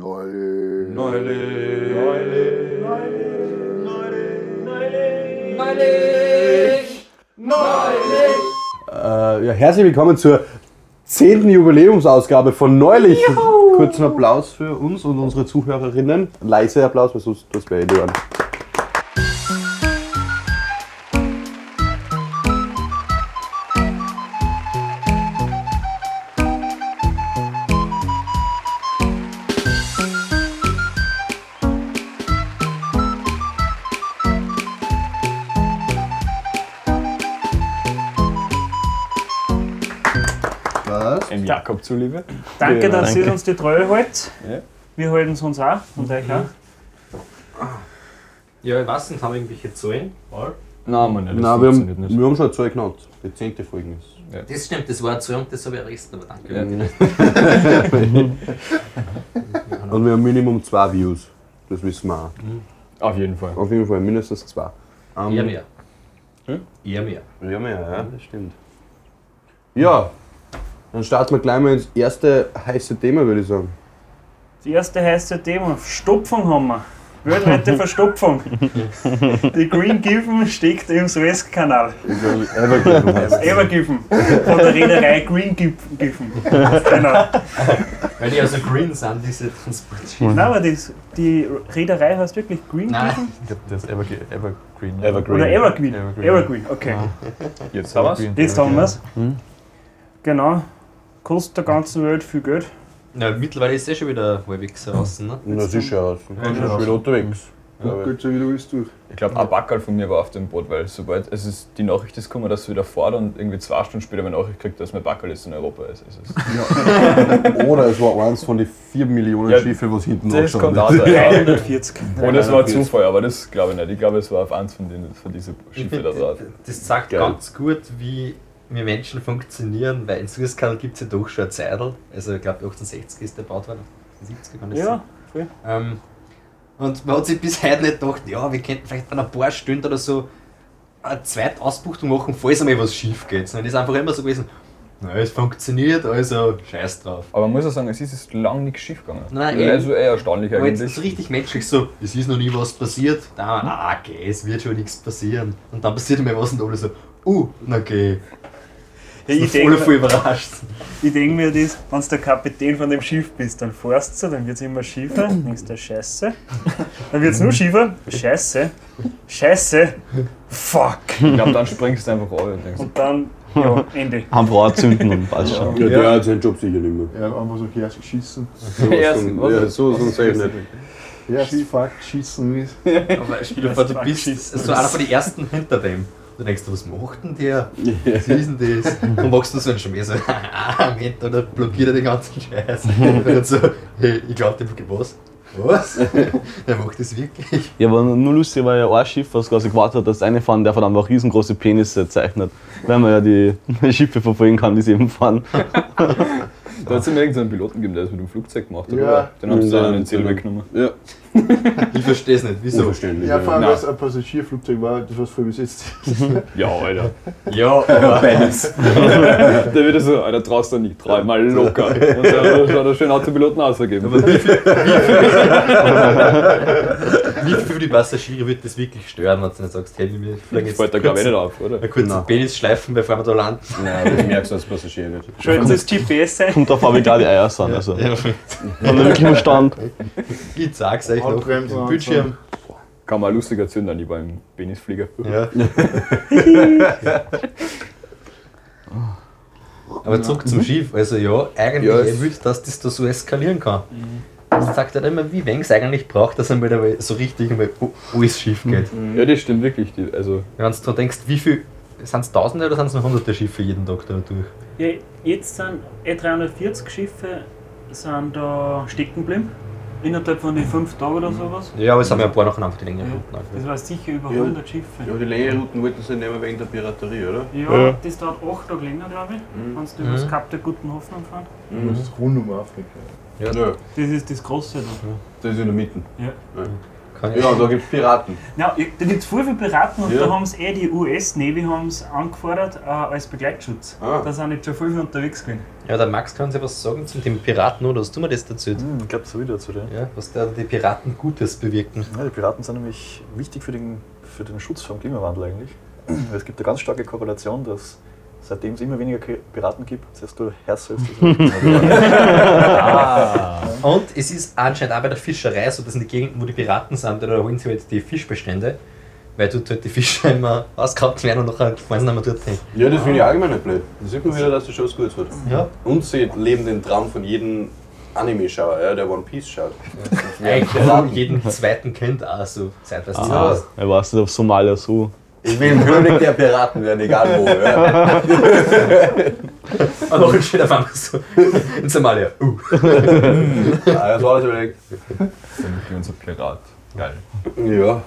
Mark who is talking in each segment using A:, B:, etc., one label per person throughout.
A: Neulich.
B: Neulich.
C: Neulich. Neulich. Neulich. Neulich.
B: Äh, ja, herzlich willkommen zur 10. Jubiläumsausgabe von neulich. Kurzen Applaus für uns und unsere Zuhörerinnen. Leise Applaus, weil sonst das wäre eh hören. Was?
D: Ein
C: Ja.
D: Jakob zuliebe.
C: Danke,
B: Ja,
C: dass
D: Genau,
C: ihr
D: danke.
C: uns die Treue hält.
D: Ja. Mhm.
C: Wir halten es uns auch und euch auch.
E: Ja, ich weiß nicht, haben wir irgendwelche Zahlen?
D: Nein, Mann, das
B: Nein, wir
D: funktioniert
B: haben, wir haben schon zwei genannt. Die 10. Folge ist.
E: Das stimmt, das war eine Zahl und das habe ich recht, aber danke.
D: Ja.
B: Und wir haben Minimum zwei Views. Das wissen wir
D: Auf jeden Fall.
B: auch. Auf jeden Fall mindestens zwei. Ähm,
E: Eher mehr.
D: Hm?
E: Eher mehr.
B: Ja, mehr, ja, das stimmt. Ja, dann starten wir gleich mal ins erste heiße Thema, würde ich sagen.
C: Das erste heiße Thema: Verstopfung haben wir. Weltweite Verstopfung. Die Green Giffen steckt im Suezkanal.
B: Evergreen heißt es.
C: Evergiffen. Von der Reederei Green Gif- Giffen. Genau.
E: Weil die also green sind, diese
D: Mhm.
E: Transportschiffe.
C: Nein, aber das, die Reederei heißt wirklich Green Giffen?
E: Nein,
D: Ich glaube, das ist Evergreen. Evergreen. ne?
B: Evergreen.
C: Oder Evergreen.
D: Evergreen.
C: Evergreen, okay.
D: Ah. Jetzt haben wir's.
C: Jetzt haben wir es.
D: Mhm.
C: Genau. Kostet der ganzen Welt viel Geld.
E: Na, mittlerweile ist es eh schon wieder halbwegs raus, ne?
B: Na, das ist ja raus.
E: Ja,
B: Das
D: genau.
B: ist wieder unterwegs. glaube ich.
F: Gut, so wieder alles durch.
D: Ich glaube, ein Backerl von mir war auf dem Boot, weil sobald es ist, die Nachricht ist gekommen, dass es wieder fährt und irgendwie zwei Stunden später meine Nachricht kriegt, dass mein Backerl jetzt in Europa ist. Es ist
B: Oder es war eins von den 4 Millionen
D: Ja,
B: Schiffe, was hinten
D: das
B: noch
D: kommt auch sein, ja.
C: 340.
D: Oder es war ein Zufall, aber das glaube ich nicht. Ich glaube, es war auf eins von, denen, von diesen
E: Ich
D: Schiffen
E: find,
D: da drauf.
E: Das zeigt
B: Geil.
E: ganz gut, wie wir Menschen funktionieren, weil in Suezkanal gibt es ja doch schon eine Zeitl. Also, ich glaube, 1860 ist der gebaut worden, 1870 kann das sein.
C: Ja,
E: Ähm, und man hat sich bis heute nicht gedacht, ja, wir könnten vielleicht in ein paar Stunden oder so eine zweite Ausbuchtung machen, falls einmal was schief geht. Sondern es ist einfach immer so gewesen, naja, es funktioniert, also scheiß drauf.
D: Aber man muss auch sagen, es ist jetzt lang nichts schief gegangen.
E: Nein, eben.
D: also eher erstaunlich
E: Aber jetzt
D: eigentlich.
E: so richtig menschlich so, es ist noch nie was passiert. Da haben wir, ah, okay, es wird schon nichts passieren. Und dann passiert einmal was und alle so, uh, na okay.
C: Ja, ich
E: Ich bin voll,
C: denke
E: voll überrascht.
C: ich denk mir das, wenn du der Kapitän von dem Schiff bist, dann fährst du, dann wird es immer schiefer, dann denkst du, scheiße. Dann wird es nur schiefer, scheiße, scheiße, fuck.
D: Ich glaube, dann springst du einfach runter und denkst,
C: Und dann, ja, Ende.
G: Haben wir auch zünden und passt schon.
B: Ja, der hat seinen Job sicher nicht mehr.
F: Ja, einfach so her geschissen.
B: So,
D: Ersten, was
B: ja,
D: ist-
B: so, so safe nicht.
F: Erst fuck geschissen ist.
E: Aber stell dir vor, du bist so Also einer von den ersten hinter dem. Du denkst, was macht denn der? Was ist denn das? Und machst du so einen Schmäh so, Moment, oder blockiert er den ganzen Scheiß. Und so, hey, ich glaube, der blockiert was? Was? Der macht das wirklich.
G: Ja, aber nur lustig war ja ein Schiff, was quasi gewartet hat, dass eine fahren, der von einfach riesengroße Penisse zeichnet. Weil man ja die Schiffe verfolgen kann, die sie eben fahren.
D: da hat es mir irgendeinen Piloten gegeben, der das mit dem Flugzeug gemacht hat.
F: Ja.
D: oder? Den haben sie dann den Ziel
B: Ja.
D: weggenommen.
B: Ja,
E: Ich verstehe es nicht, wieso?
B: unverständlich.
F: Ja, vor allem,
D: Nein.
F: weil es ein Passagierflugzeug war, das was voll besetzt.
D: Ja, Alter.
E: Ja, aber
D: Beides. der wird so, Alter, traust du nicht, dreimal locker. Und dann hat er schön Autopiloten ausgegeben.
E: wie für die Passagiere wird das wirklich stören, wenn du nicht sagst, hey, wir
D: Ich
E: fliegen jetzt
D: fällt da glaube ich
E: kurz,
D: nicht auf, oder?
E: einen kurzen
B: Nein.
E: Penis schleifen, bevor wir da landen.
B: Nein, das merkst du als Passagier nicht.
C: Schön das GPS sein.
G: Und da fahren wir gerade die Eier an. Also.
E: Ja.
G: Haben wir wirklich verstanden.
E: Ich sag's euch noch,
F: Handbremsen
E: im
F: und
E: Bildschirm.
D: Kann man ein lustiger zünden, die beim Penisflieger.
E: Ja. Aber zurück zum Schiff. Also ja, eigentlich
D: Ja,
E: ja, ich
D: es-
E: will, dass das da so eskalieren kann. Das sagt halt immer, wie wenig es eigentlich braucht, dass einmal dabei so richtig einmal a- alles schief geht.
G: Mhm.
D: Ja, das stimmt wirklich. Die, also,
E: Wenn du daran denkst, wie viel. Sind es Tausende oder sind es noch hunderte Schiffe jeden Tag da durch?
C: Ja, jetzt sind E340 Schiffe sind da stecken geblieben. Innerhalb von den fünf Tagen oder sowas.
E: Ja, aber es haben ja ein paar noch auf die Länge. also
C: Das war sicher über
B: Ja.
C: 100 Schiffe.
B: Ja, die längeren Routen wollten sie nicht mehr wegen der Piraterie, oder?
C: Ja,
D: Ja.
C: das dauert 8 Tage länger, glaube ich,
B: Mhm.
C: wenn du über das
E: Mhm.
C: Kap der guten Hoffnung fahren.
F: Das ist rund um Afrika.
B: Ja,
C: Das ist das Große da.
B: das ist in der Mitte.
C: Ja.
E: Kann ich
B: Ja, und da gibt es Piraten.
C: Na, da gibt es voll viele Piraten und
B: Ja.
C: da haben es eh die US-Navy haben's angefordert äh, als Begleitschutz.
B: Ah.
C: Da sind jetzt schon voll viele unterwegs gewesen.
E: ja, der Max kann sich was sagen zum Thema Piraten, oder? Hast du mir das erzählt?
G: Mhm.
A: Hm, Ich glaube, so wieder zu dir.
E: Ja, was da die Piraten Gutes bewirken.
A: Ja, die Piraten sind nämlich wichtig für den, für den Schutz vom Klimawandel eigentlich. Weil Es gibt eine ganz starke Korrelation, dass seitdem es immer weniger Ki- Piraten gibt, desto heißer ist das Weltklima.
E: Und es ist anscheinend auch bei der Fischerei so, dass in den Gegenden, wo die Piraten sind, da holen sie halt die Fischbestände, weil dort halt die Fische immer ausgeraubt werden und nachher fahren sie nicht mehr dort hin.
B: Ja, das finde ich allgemein nicht blöd. Ah. Da sieht man wieder, dass das schon was Gutes wird.
E: Ja,
B: Und sie leben den Traum von jedem Anime-Schauer, ja, der One Piece schaut.
E: eigentlich jeden zweiten kennt auch so zeitweise ah.
B: Ja.
E: zu
G: Er weiß nicht, auf Somalia so.
B: Ich will König der Piraten werden, egal wo. Ja.
E: Und nachher steht auf einmal so in Somalia. Uh.
B: Ah, Das war alles überlegt.
D: Dann bin unser Pirat. Geil.
B: Ja,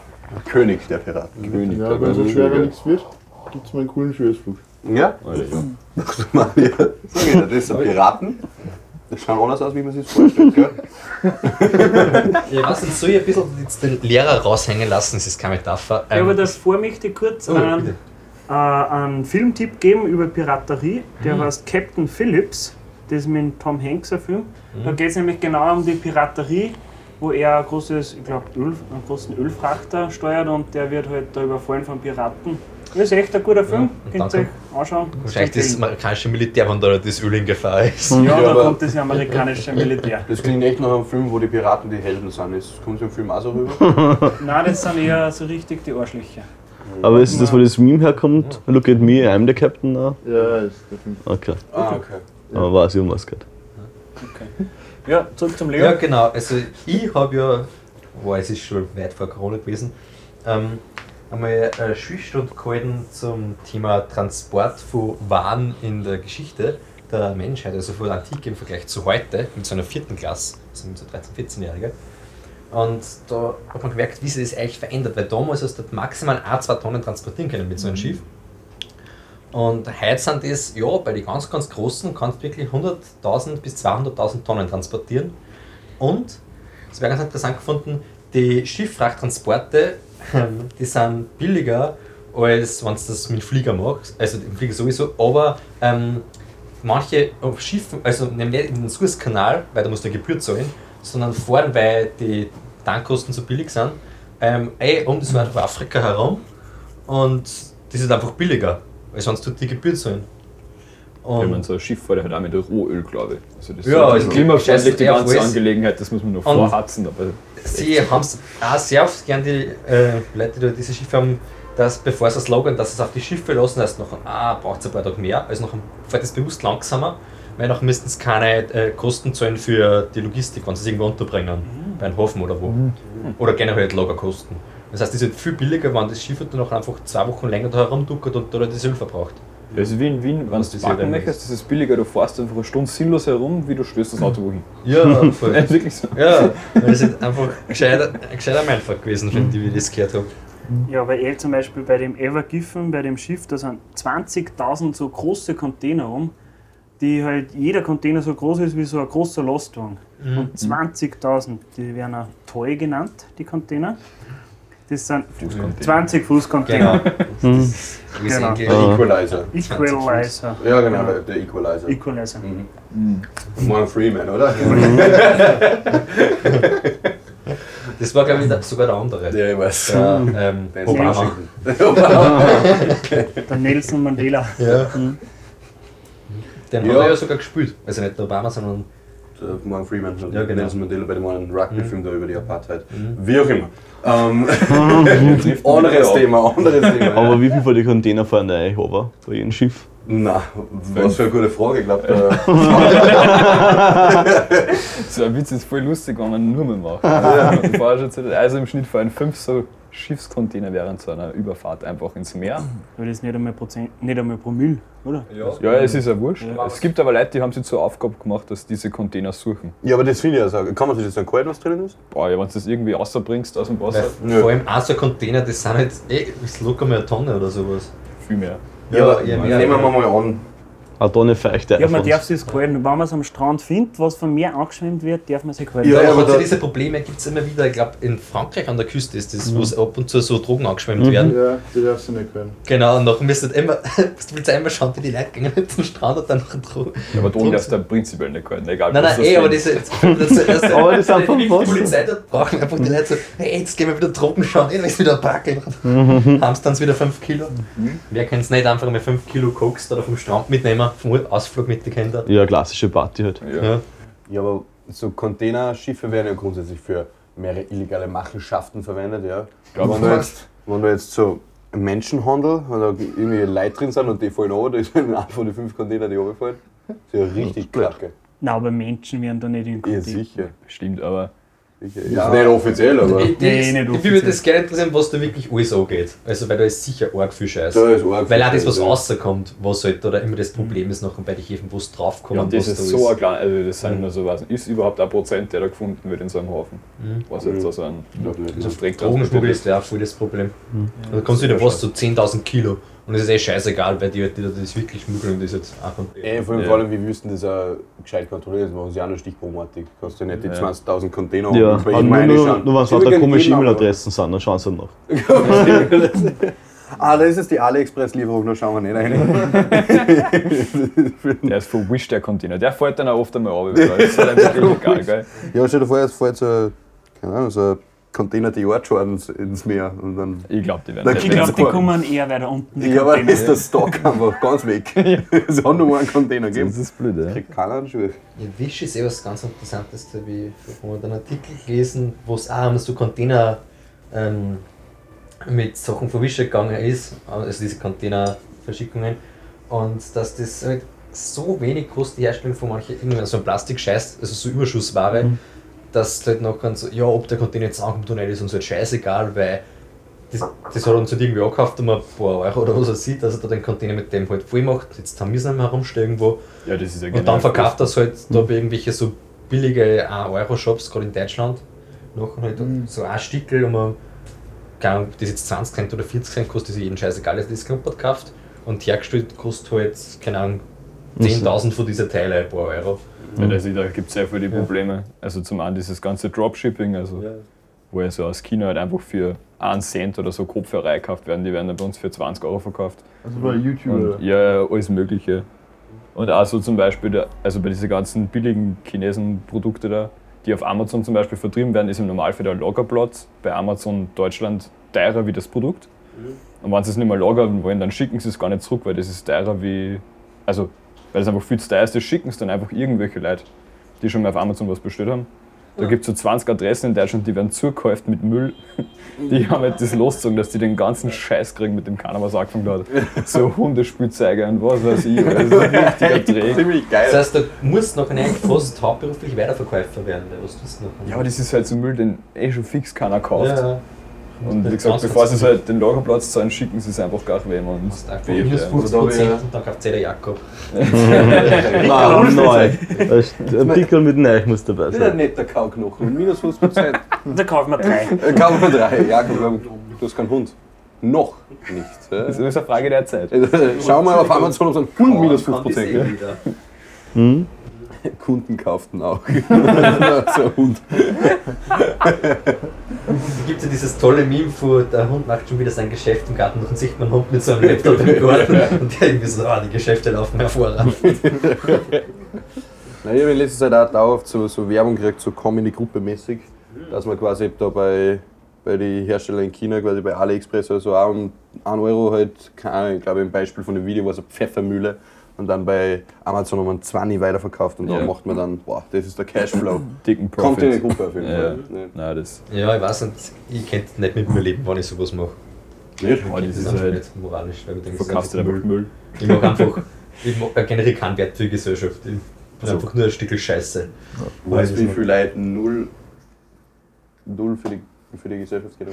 B: König der Piraten. König
F: Ja, wenn so schwerer nichts wird, gibt es mal einen coolen Schwerstflug.
B: Ja? Nach Somalia. So geht das. Das sind Piraten. Das schaut anders aus, wie man sich vorstellt, gell?
E: Ja, was jetzt soll ich ein bisschen jetzt den Lehrer raushängen lassen? Das ist keine Metapher. Ähm,
C: Ich habe das vor mich dir kurz
E: oh, bitte.
C: einen, äh, einen Filmtipp geben über Piraterie, der heißt Captain Phillips. Das ist mit Tom Hanks ein Film. Da geht es nämlich genau um die Piraterie, wo er ein großes, ich glaube, Öl, einen großen Ölfrachter steuert und der wird halt da überfallen von Piraten. Das ist echt ein guter Film, könnt ihr
E: danke.
C: euch anschauen.
E: Wahrscheinlich das
C: Empfehlen.
E: amerikanische Militär, wenn da das Öl in Gefahr ist.
C: ja,
B: Ja,
C: da
B: aber-
C: kommt das amerikanische Militär.
B: Das klingt echt nach einem Film, wo die Piraten die Helden sind. Das kommt im Film auch so rüber.
C: Nein, das sind eher so richtig die Arschlöcher.
G: Aber ist das, wo das Meme herkommt? Look at me, I'm the captain now.
F: Ja, ist der Film.
G: Okay.
B: Ah, okay.
G: Aber weiß ich, um was geht.
C: Ja, zurück zum Leo.
E: Ja, genau. Also, ich habe ja, boah, es ist schon weit vor Corona gewesen, ähm, einmal eine Schulstunde gehalten zum Thema Transport von Waren in der Geschichte der Menschheit, also von der Antike im Vergleich zu heute, mit so einer vierten Klasse, also mit so 13-, 14-Jähriger. Und da hat man gemerkt, wie sich das eigentlich verändert, weil damals hast du maximal ein, zwei Tonnen transportieren können mit so einem Schiff. Und heute sind das, ja, bei den ganz, ganz großen kannst du wirklich 100.000 bis 200.000 Tonnen transportieren. Und, das wäre ganz interessant gefunden, die Schifffrachttransporte, ähm, die sind billiger, als wenn du das mit dem Flieger machst, also im Flieger sowieso, aber ähm, manche auf Schiffen, also nämlich nicht in den Suezkanal, weil da musst du eine Gebühr zahlen, sondern fahren, weil die Tankkosten so billig sind, ähm, ey, um das Wort Afrika herum und das ist einfach billiger, als sonst du die Gebühr zahlen.
D: Wenn man
E: Und
D: so ein Schiff fährt, halt auch mit Rohöl, glaube ich. Also das
E: Ja,
D: ist
E: also
D: klimafreundlich, die
E: scheiß
D: ganze
E: Airways.
D: Angelegenheit, das muss man noch
E: Und-
D: vorhatzen. Aber
E: sie haben es auch sehr oft gern die äh, Leute, die diese Schiffe haben, dass bevor sie es lagern, dass sie es auf die Schiffe lassen, dass noch ah, braucht es ein paar Tage mehr, also noch fährt es bewusst langsamer, weil noch müssten sie keine äh, Kosten zahlen für die Logistik, wenn sie es irgendwo unterbringen, bei einem Hafen oder wo. Oder generell die Lagerkosten. Das heißt, es ist halt viel billiger, wenn das Schiff dann noch einfach zwei Wochen länger da herumduckert und da das Öl verbraucht.
D: das ist wie in Wien, wenn
E: Was
D: du das
E: packen
D: packen
E: möchtest,
D: möchtest, das ist billiger. Du fährst einfach eine Stunde sinnlos herum, wie du stößt das Auto wohin.
E: Ja, voll.
D: ist wirklich so.
E: ja, das ist halt einfach ein gescheiter, ein gescheiter Mindfuck gewesen, finde ich, wie ich das gehört habe.
C: Ja, weil eh zum Beispiel bei dem Evergiffen, bei dem Schiff, da sind 20.000 so große Container um, die halt jeder Container so groß ist wie so ein großer Lastwagen.
E: Mhm.
C: Und 20.000, die werden auch Toy genannt, die Container. Das sind 20 Fuß Container.
E: Genau. Wie es
C: Genau.
E: eigentlich-
B: Der Equalizer.
C: Equalizer.
B: Ja, genau, der, der Equalizer.
C: Equalizer.
D: Mhm.
B: Morgan Freeman, oder?
E: Das war, glaube ich, der- sogar der andere. Der,
B: Ja, ich weiß.
E: ähm,
B: Der ist
E: Obama.
C: Der Nelson Mandela.
E: Ja. Den
B: Ja.
E: hat er ja sogar gespielt. Also nicht der Obama, sondern.
B: Der Morgan Freeman und
E: Ja, genau.
B: Nelson Mandela bei dem einen Rugby-Film da über die Apartheid. Wie auch immer. Ähm, anderes
D: wieder ab.
B: Thema, anderes Thema. ja.
G: Aber wie viel von den Container fahren da eigentlich runter? Bei jedem Schiff?
B: Na, was für eine gute Frage, ich glaube. Äh,
D: So ein Witz ist voll lustig, wenn man nur mehr macht. Also, ich war schon zu- also im Schnitt fallen fünf so Schiffscontainer während so einer Überfahrt einfach ins Meer.
C: Aber das ist nicht einmal, Prozent, nicht einmal Promille, oder?
D: Ja, es ist ja wurscht. Es gibt aber Leute, die haben sich zur Aufgabe gemacht, dass diese Container suchen.
B: ja, aber das finde ich ja so. Kann man sich das dann gehalten, was drinnen ist?
D: Boah, ja, wenn du das irgendwie rausbringst aus dem Wasser,
E: Weil
B: Nö.
E: vor allem auch so ein Container, das sind jetzt. Ey, ist locker mal eine Tonne oder sowas.
D: viel mehr.
B: Ja, aber
E: ja,
B: nehmen wir mal an,
G: Eine Tonne feuchte
C: Ja, man
G: iPhones.
C: darf sich gefallen. Wenn man es am Strand findet, was von mir angeschwemmt wird, darf man sich gefallen.
E: Ja,
B: Ja, aber
E: aber
B: da-
E: diese Probleme gibt es immer wieder. Ich glaube, in Frankreich an der Küste ist
B: Mhm.
E: das, wo es ab und zu so Drogen angeschwemmt werden.
F: Ja, die darfst du nicht können.
E: Genau, und nachher müsst ihr halt immer, du willst einmal schauen, wie die Leute gehen zum Strand und dann nach Drogen.
D: Aber Drogen darfst du ja prinzipiell nicht können, egal
E: Nein,
D: was
E: nein, ey, aber
D: eh, ist.
E: diese. Das, das, das,
G: Aber das ist einfach
E: die
G: was.
E: Polizei da brauchen einfach die Leute so, hey, jetzt gehen wir wieder Drogen schauen, jetzt ist wieder ein Packel. Haben's dann wieder 5 Kilo.
B: Mhm.
E: Wer kann es nicht einfach mal 5 Kilo Koks da vom Strand mitnehmen, vom Ausflug mit den Kindern?
G: Ja, klassische Party halt.
D: Ja.
E: Ja.
B: Ja, aber so Containerschiffe werden ja grundsätzlich für mehrere illegale Machenschaften verwendet, ja.
D: Glaub
B: wenn,
D: ich
B: du
D: nicht.
B: jetzt, wenn du jetzt so Menschenhandel, wenn da irgendwie Leute drin sind und die fallen runter, da ist ein einer von den fünf Containern, die runterfallen. Ist ja richtig kacke.
C: Nein, aber Menschen werden da nicht in
B: Ja,
C: Kontakt.
B: sicher.
D: Stimmt, aber
B: sicher. Ist nicht offiziell, aber
E: Ich,
C: Nee,
E: ich,
C: nicht
E: ich würde
C: offiziell.
E: das gerne interessieren, was da wirklich alles angeht. Also, weil da ist sicher arg viel Scheiß.
B: da ist arg
E: Weil auch das, was
B: viel, ja.
E: rauskommt, was halt da immer das Problem ist, nachher bei den Häfen, wo es draufkommt.
D: ja, und das
E: was
D: ist
E: da
D: so ein kleiner, also das sind nur so was. Ist überhaupt ein Prozent, der da gefunden wird in so einem Hafen? Was jetzt da so ein
B: Ja.
D: so Dreck
E: Drogenschmuggel
D: transportiert
E: ist ja auch voll das Problem. Also da kommst du wieder was zu 10.000 Kilo und es ist eh scheißegal, weil die, die, die das wirklich schmuggeln, das jetzt einfach.
B: Ey, vor allem,
D: Ja.
B: vor allem, wir wüssten das auch gescheit kontrollieren, das machen sie auch nur stichprobenartig. Du kannst ja nicht die
D: Ja.
B: 20.000 Container
G: Ja,
B: und bei
G: aber
B: jedem
G: nur, nur,
B: reinschauen.
G: nur wenn es
B: Sie
G: lauter
B: können
G: komische
B: jeden anrufen.
G: E-Mail-Adressen sind, dann schauen sie nach.
B: Ah, da ist es die AliExpress-Lieferung, da schauen wir nicht rein.
D: Der ist voll wish, der Container. Der fällt dann auch oft einmal ab, weil das ist halt einfach egal, gell?
B: Ja, stell dir vor, jetzt fällt so, ein- keine Ahnung, so ein Container die Art Jordans ins Meer und dann.
D: Ich glaube, die
B: Da
D: werden
C: Ich
B: kriegst
D: werden-
B: du-
C: glaube, die kommen eher weiter unten. die
B: Ja, aber
C: Container.
B: ist der Stock einfach ganz weg. Es hat nur einen Container
D: Das
B: gegeben.
D: ist blöd, ja.
B: Kriegt keiner einen Schuh.
E: Ja, Wish ist eh was ganz Interessantes, da habe ich vor kurzem einen Artikel gelesen, wo es auch um so Container ähm, mit Sachen von Wish gegangen ist, also diese Containerverschickungen, und dass das halt so wenig kostet, die Herstellung von manchen, irgendwie so ein Plastikscheiß, also so Überschussware, dass halt noch ganz, ja, ob der Container jetzt ankommt oder nicht, ist uns halt scheißegal, weil das, das hat uns halt irgendwie angekauft, um ein paar Euro oder was er sieht, dass er da den Container mit dem halt voll macht, jetzt haben wir es nicht mehr herumstehen irgendwo.
D: Ja, das ist ja
E: Und dann verkauft das halt da bei irgendwelche so billige 1-Euro-Shops, gerade in Deutschland, noch halt so ein Stickel, um ein- keine Ahnung, ob das jetzt 20 Cent oder 40 Cent kostet, ist jeden scheißegal, dass das geknuppert kauft. Und hergestellt kostet halt, keine Ahnung, 10.000 von dieser Teile ein paar Euro.
D: Ja, das ist, da gibt es sehr viele Probleme. Also zum einen dieses ganze Dropshipping, also wo ja so aus China halt einfach für 1 Cent oder so Kopfhörer gekauft werden, die werden dann bei uns für 20 Euro verkauft.
F: Also bei YouTube.
D: Und ja, alles Mögliche. Und auch so zum Beispiel, der, also bei diesen ganzen billigen Chinesen-Produkte da, die auf Amazon zum Beispiel vertrieben werden, ist im Normalfall der Lagerplatz bei Amazon Deutschland teurer wie das Produkt. Und wenn sie es nicht mehr lagern wollen, dann schicken sie es gar nicht zurück, weil das ist teurer wie. Also, weil es einfach viel zu teuer ist, das schicken es dann einfach irgendwelche Leute, die schon mal auf Amazon was bestellt haben. Da gibt es so 20 Adressen in Deutschland, die werden zugehäuft mit Müll. Die haben halt das losgezogen, dass die den ganzen Scheiß kriegen, mit dem keiner was angefangen hat. So Hundespielzeuge und was weiß ich. Also richtiger Dreck.
B: Ziemlich geil.
E: Das heißt, da musst du noch eigentlich fast hauptberuflich Weiterverkäufer werden, weil was tust du noch?
D: Ja, aber das ist halt so Müll, den eh schon fix keiner kauft.
E: ja.
D: Und wie gesagt, bevor sie es halt den Lagerplatz zahlen, schicken sie es einfach gar wem und weht,
E: Minus
D: ja. Also
E: 50% und dann kauft jeder Jakob.
G: Ah, Nein, neu. Ein Pickel mit Neich muss dabei
B: Das ist ein
G: sein.
B: netter Kauknochen. Mit minus 50 Prozent.
C: Da kaufen wir drei.
B: Kaufen wir Äh, drei. Ja, komm, du hast keinen Hund. Noch nicht. ja.
D: Das ist eine Frage der Zeit.
E: Äh,
B: Äh, Schau mal auf Amazon, ob es einen Hund minus 5
E: Kommt das eh
B: Prozent
E: wieder.
B: Kunden kauften auch. so ein Hund.
E: gibt ja dieses tolle Meme, wo der Hund macht schon wieder sein Geschäft im Garten und sieht man einen Hund mit so einem Laptop im Garten und der irgendwie so, ah, die Geschäfte laufen hervorragend.
B: Na, ich habe in letzter Zeit auch dauerhaft so, so Werbung gekriegt, so komm in die Gruppe mäßig, dass man quasi da bei, bei den Herstellern in China, quasi bei AliExpress oder so, auch um 1 Euro halt, keine Ahnung, ich glaube im Beispiel von dem Video war es eine Pfeffermühle und dann bei Amazon haben wir einen 20 weiterverkauft und da
D: Ja.
B: macht man dann, boah, das ist der Cashflow.
D: Dicken
B: Kommt in die
D: Profit.
B: Gruppe auf jeden
D: Ja.
B: Fall. Ja.
D: Nein, das,
E: Ja, ich weiß nicht, ich könnte nicht mit mir leben, wenn ich sowas mache.
D: oh, das
E: Das
D: ist
E: ist einfach
D: halt.
E: nicht moralisch, weil ich denke,
D: Verkaufst
E: das
D: du
E: ist
D: einfach
E: einfach Müll.
D: Müll.
E: Ich mag einfach, ich mag generell keinen Wert für die Gesellschaft. Ich bin einfach nur ein Stückel Scheiße.
B: Weißt du, wie viele Leute null, null für, die, für die Gesellschaft geht?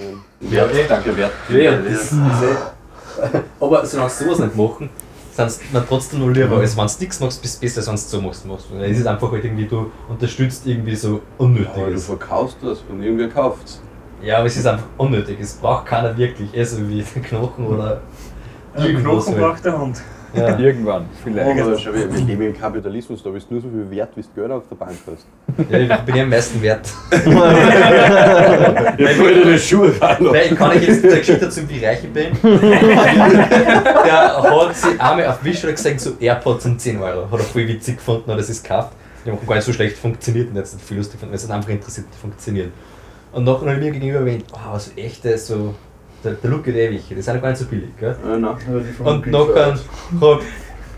E: Ja, eh.
B: Danke, Wert.
E: Ja, das ist eh. Aber solange sie sowas nicht machen, sind sie dann trotzdem nur lieber, als wenn du nichts machst, bist du besser, als wenn du so machst. machst. du. Es ist einfach halt irgendwie, du unterstützt irgendwie so
B: Aber du
E: Unnötiges.
B: verkaufst das und irgendwer kauft es.
E: Ja, aber es ist einfach unnötig, es braucht keiner wirklich, eh, so wie der Knochen oder.
C: Knochen braucht der Hund.
E: halt. Ja.
D: Irgendwann, vielleicht.
B: Aber schau, wir, wir leben im Kapitalismus, da bist du nur so viel wert, wie du Geld auf der Bank hast.
E: Ja, ich bin ja am meisten wert.
B: Ich wollte deine Schuhe rein.
E: Weil ich kann euch jetzt eine Geschichte erzählen, wie reich ich bin. Der hat sich einmal auf Wish gesagt, so AirPods sind 10 Euro. Hat er voll witzig gefunden, hat er sich gekauft. Die haben gar nicht so schlecht funktioniert und jetzt nicht viel lustig gefunden, weil es hat einfach interessiert, die funktionieren. Und nachher hat er mir gegenüber erwähnt, wow, so echte, so, der, der Look geht ewig, die sind ja gar nicht so billig, gell?
B: Äh, nein.
E: Und nachher hab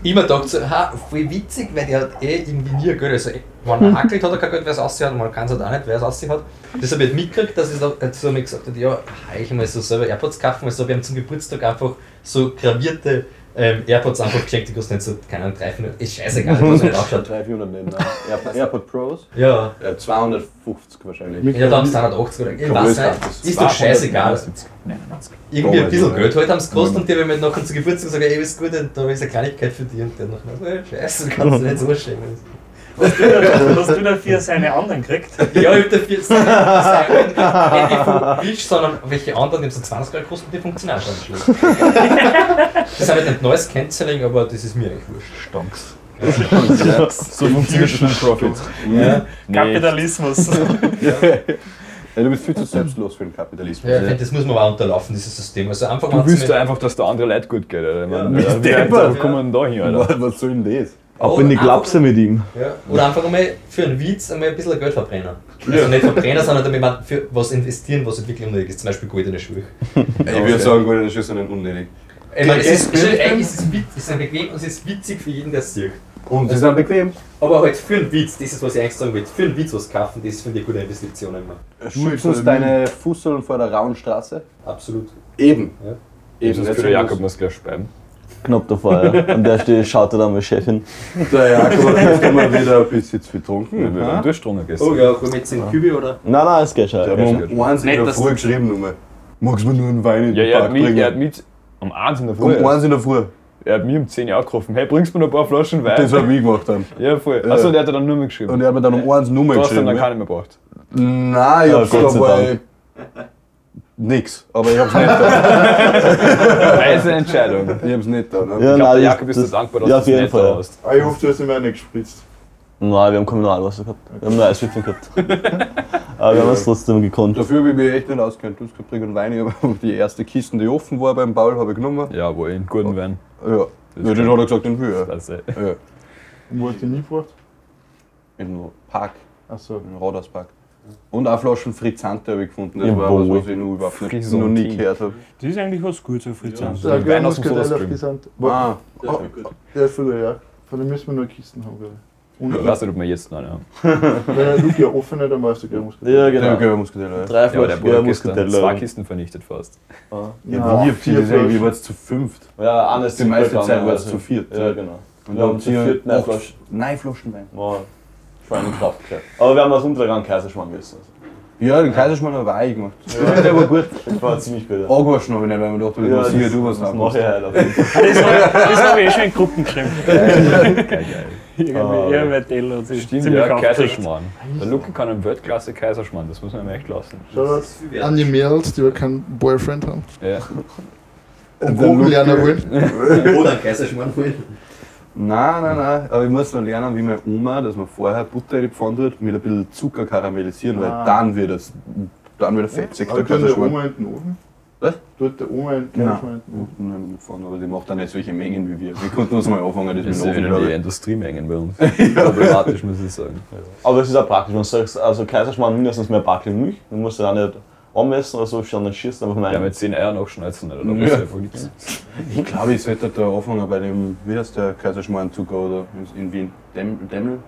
E: ich mir gedacht, so, ha, voll witzig, weil der hat eh irgendwie nie Geld. Also, wenn er hakelt, hat er kein Geld, wer es aussieht, man kann es halt auch nicht, wer es aussieht hat. Das habe ich halt mitgekriegt, dass ich da jetzt so mir gesagt habe, ja, ich mal so selber AirPods kaufen, also wir haben zum Geburtstag einfach so gravierte ähm, AirPods einfach geschenkt, die kosten jetzt so, keine Ahnung, 3, 4, ist scheißegal, was man nicht ausschaut.
B: 300 nicht, nein. Airpod, Airpod Pros?
E: Ja,
B: Äh, 250 wahrscheinlich.
E: ja, da haben sie 180 oder ich weiß nicht, ist doch scheißegal.
D: 99.
E: Irgendwie ein bisschen Geld halt haben sie gekostet und die haben mir nachher zu Geburtstag gesagt, ey, ist gut, und da ist eine Kleinigkeit für dich und der nachher, so, ey, scheiße, kannst du nicht so schämen.
C: Hast du dafür seine anderen gekriegt?
E: Ja, ich hab dafür jetzt nicht von Wish, sondern welche anderen, die haben so 20 Euro gekostet, die funktionieren auch schon schlecht. Das ist halt nicht neues Canceling, aber das ist mir eigentlich wurscht.
A: Stonks.
D: So funktioniert schon ein Profit.
E: Ja,
C: Kapitalismus.
B: Ja, du bist viel zu selbstlos für den Kapitalismus.
E: ja ich find, das muss man aber auch unterlaufen, dieses System. Also einfach
D: Du
E: wenn's
D: willst
E: mir-
D: einfach, dass der andere Leute gut geht, Alter. Ich
E: Ja.
D: meine, Alter, wie
B: Deppert,
D: einfach kommen wir denn da hin, Alter?
B: Was, was soll denn das?
G: Auch wenn
D: Oh,
G: ich glaubst mit ihm.
E: Ja, oder einfach einmal für einen Witz einmal ein bisschen Geld verbrennen. Also nicht verbrennen, sondern damit man für was investieren, was wirklich unnötig ist. Zum Beispiel goldene Schuhe.
B: Ich würde sagen, goldene Schuhe sind unnötig.
E: Ich meine, es ist, es
B: Geld
E: ist, eigentlich ist es witz- es ist bequem und es ist witzig für jeden, der es sieht.
B: Und sie sind bequem.
E: Aber halt für einen Witz, das ist was ich eigentlich sagen will, für einen Witz was kaufen, das finde ich eine gute Investition immer.
B: Schützen
F: ähm,
B: sie deine Fußsohlen vor der rauen Straße?
E: Absolut.
B: Eben.
E: Ja.
B: Eben.
D: Das würde Jakob das gleich speiben.
G: Knapp davor, ja. An der Stelle schaut er dann meine Chefin.
B: Der Jakob hat jetzt mal wieder ein bisschen zu viel getrunken.
D: Wir haben durchstrungen gestern.
E: Oh ja, komm jetzt in Kübel oder?
G: Nein, nein, es geht schon.
B: Der
G: Ja,
B: hat mir um eins in
C: Nett,
B: der
C: dass
B: Früh geschrieben, Nummer. Magst du mir nur einen Wein in
D: Ja,
B: den
D: er
B: Park
D: hat, mich,
B: bringen?
D: er hat mich um 1 in der Früh.
B: um eins in der Früh.
D: Er hat mich um 10 Uhr angerufen. Hey, bringst du mir noch ein paar Flaschen Wein?
B: Das habe ich gemacht dann.
D: ja, voll. Achso, der hat er dann nur mehr geschrieben.
B: Und er hat mir dann um eins Nummer
D: du hast
B: geschrieben.
D: dann dann
B: ja.
D: keine mehr gebracht.
B: Nein, ich
G: Ah,
B: hab's
G: Gott sei
B: dabei. Nix. Aber ich hab's nicht da.
D: Weise Entscheidung.
B: Ich hab's nicht da. Ne?
G: Ja,
D: Ich glaube,
G: nein,
D: der Jakob ist
G: das-
D: das dankbar, dass
G: ja,
D: du
G: auf
D: es
G: jeden
D: nicht
G: Fall.
D: da hast.
F: Ah, ich hoffe, du hast ihm eine gespritzt.
G: Nein, wir haben kein Mineralwasser gehabt. Wir haben nur Eiswürfel gehabt. Aber wir haben es trotzdem gekonnt.
B: Dafür habe ich mich echt nicht auskennt. Du hast gesagt, bring einen Wein. Ich hab einfach die erste Kiste, die offen war beim Paul, habe ich genommen.
D: Ja, wohl, einen guten Wein.
B: Ja. ja
D: ist
B: den
D: gut.
B: hat er gesagt, den höher.
D: Das, ey.
B: Ja.
F: Wo hast du ihn hingebracht?
B: Im Park,
F: Achso.
B: im Roderspark. Und auch Flaschen Frizzante habe ich gefunden. Das
G: Ja,
B: war was,
G: wohl.
B: was ich noch überhaupt nicht,
D: Frizzante.
B: noch nie gehört habe.
C: Das ist eigentlich was Gutes, so Fritz. Ja.
F: Da
D: Wein
F: gehört
D: aus dem
F: Muscatella
D: Soda-Stream.
F: frisant.
B: Ah, oh,
F: Der ist früher, ja. Von dem müssen wir nur Kisten haben, glaube ich. Und
D: Ich weiß nicht, ob wir jetzt noch einen haben.
F: wenn der Luki ja offen hat, dann weißt du, gell, Muscatella.
G: Ja,
B: genau.
G: genau.
B: okay, Muscatella. ja.
G: Drei
D: Ja, aber der
G: Flaschen
D: Bruder
G: ja,
D: hat gestern
G: Muscatella.
D: zwei Kisten vernichtet fast. genau.
B: Ja, wir vier, vier, wir waren zu fünft.
G: Ja, eines
B: Die meiste Zeit war es zu viert.
G: Ja, genau.
B: Und
G: Wir haben zu viert neun
B: acht-
G: Flaschen.
B: neun Flaschen Wein.
G: Wow. Vor allem Kraft gehabt. Aber wir haben aus unteren Kaiserschmarrn gegessen.
B: Ja, den Kaiserschmarrn habe ich auch gemacht. Ja. Der war gut.
G: Das war ziemlich gut. ja.
B: Angewaschen habe ich nicht, weil man dachte, das hier du was
G: das
B: haben
G: mache ich halt auf jeden Fall.
C: Ah, Das habe ich eh schon in Gruppen geschrieben.
D: Geil, geil.
C: Irgendwie, irgendwie Dell hat sich
D: Stimmt,
C: ziemlich
D: ja,
C: aufgeregt.
D: Kaiserschmarrn. Der Luca kann einen Weltklasse Kaiserschmarrn, das muss man ihm echt lassen.
F: Shoutouts an die Mädels, die wir keinen Boyfriend haben.
D: Ja.
F: Und Kuchen lernen wollen.
E: Oder einen Kaiserschmarrn holen.
B: Nein, nein, nein. Aber ich muss noch lernen, wie meine Oma, dass man vorher Butter in die Pfanne tut, mit ein bisschen Zucker karamellisieren, weil
F: Ah.
B: dann wird es, dann wird er fetzig,
F: Aber
B: der
F: tut der
B: Kaiserschmarrn.
F: Oma in den Ofen?
B: Was?
F: Tut der Oma in den
B: Nein.
F: Ofen?
B: Nein, mit Pfanne, Aber die macht dann nicht solche Mengen wie wir. Wir konnten uns mal anfangen, das,
D: Das
B: mit
D: sind
B: dem
D: wieder die
B: Ofen
D: Industriemengen bei uns. Problematisch, muss ich sagen.
G: Aber es ist auch praktisch. Man sagt, also Kaiserschmarrn mindestens mehr Backel Milch. Du musst ja auch nicht anmessen oder so, sondern schießt einfach mal
D: Ja, eh
G: ein.
D: mit 10 Eiern aufschneizen, Alter. Da
B: Ja.
D: brauchst du ja voll nichts.
B: Ich glaube, ich sollte da anfangen bei dem, wie heißt der Kaiserschmarrn-Zucker oder in Wien? Dem, Demmel?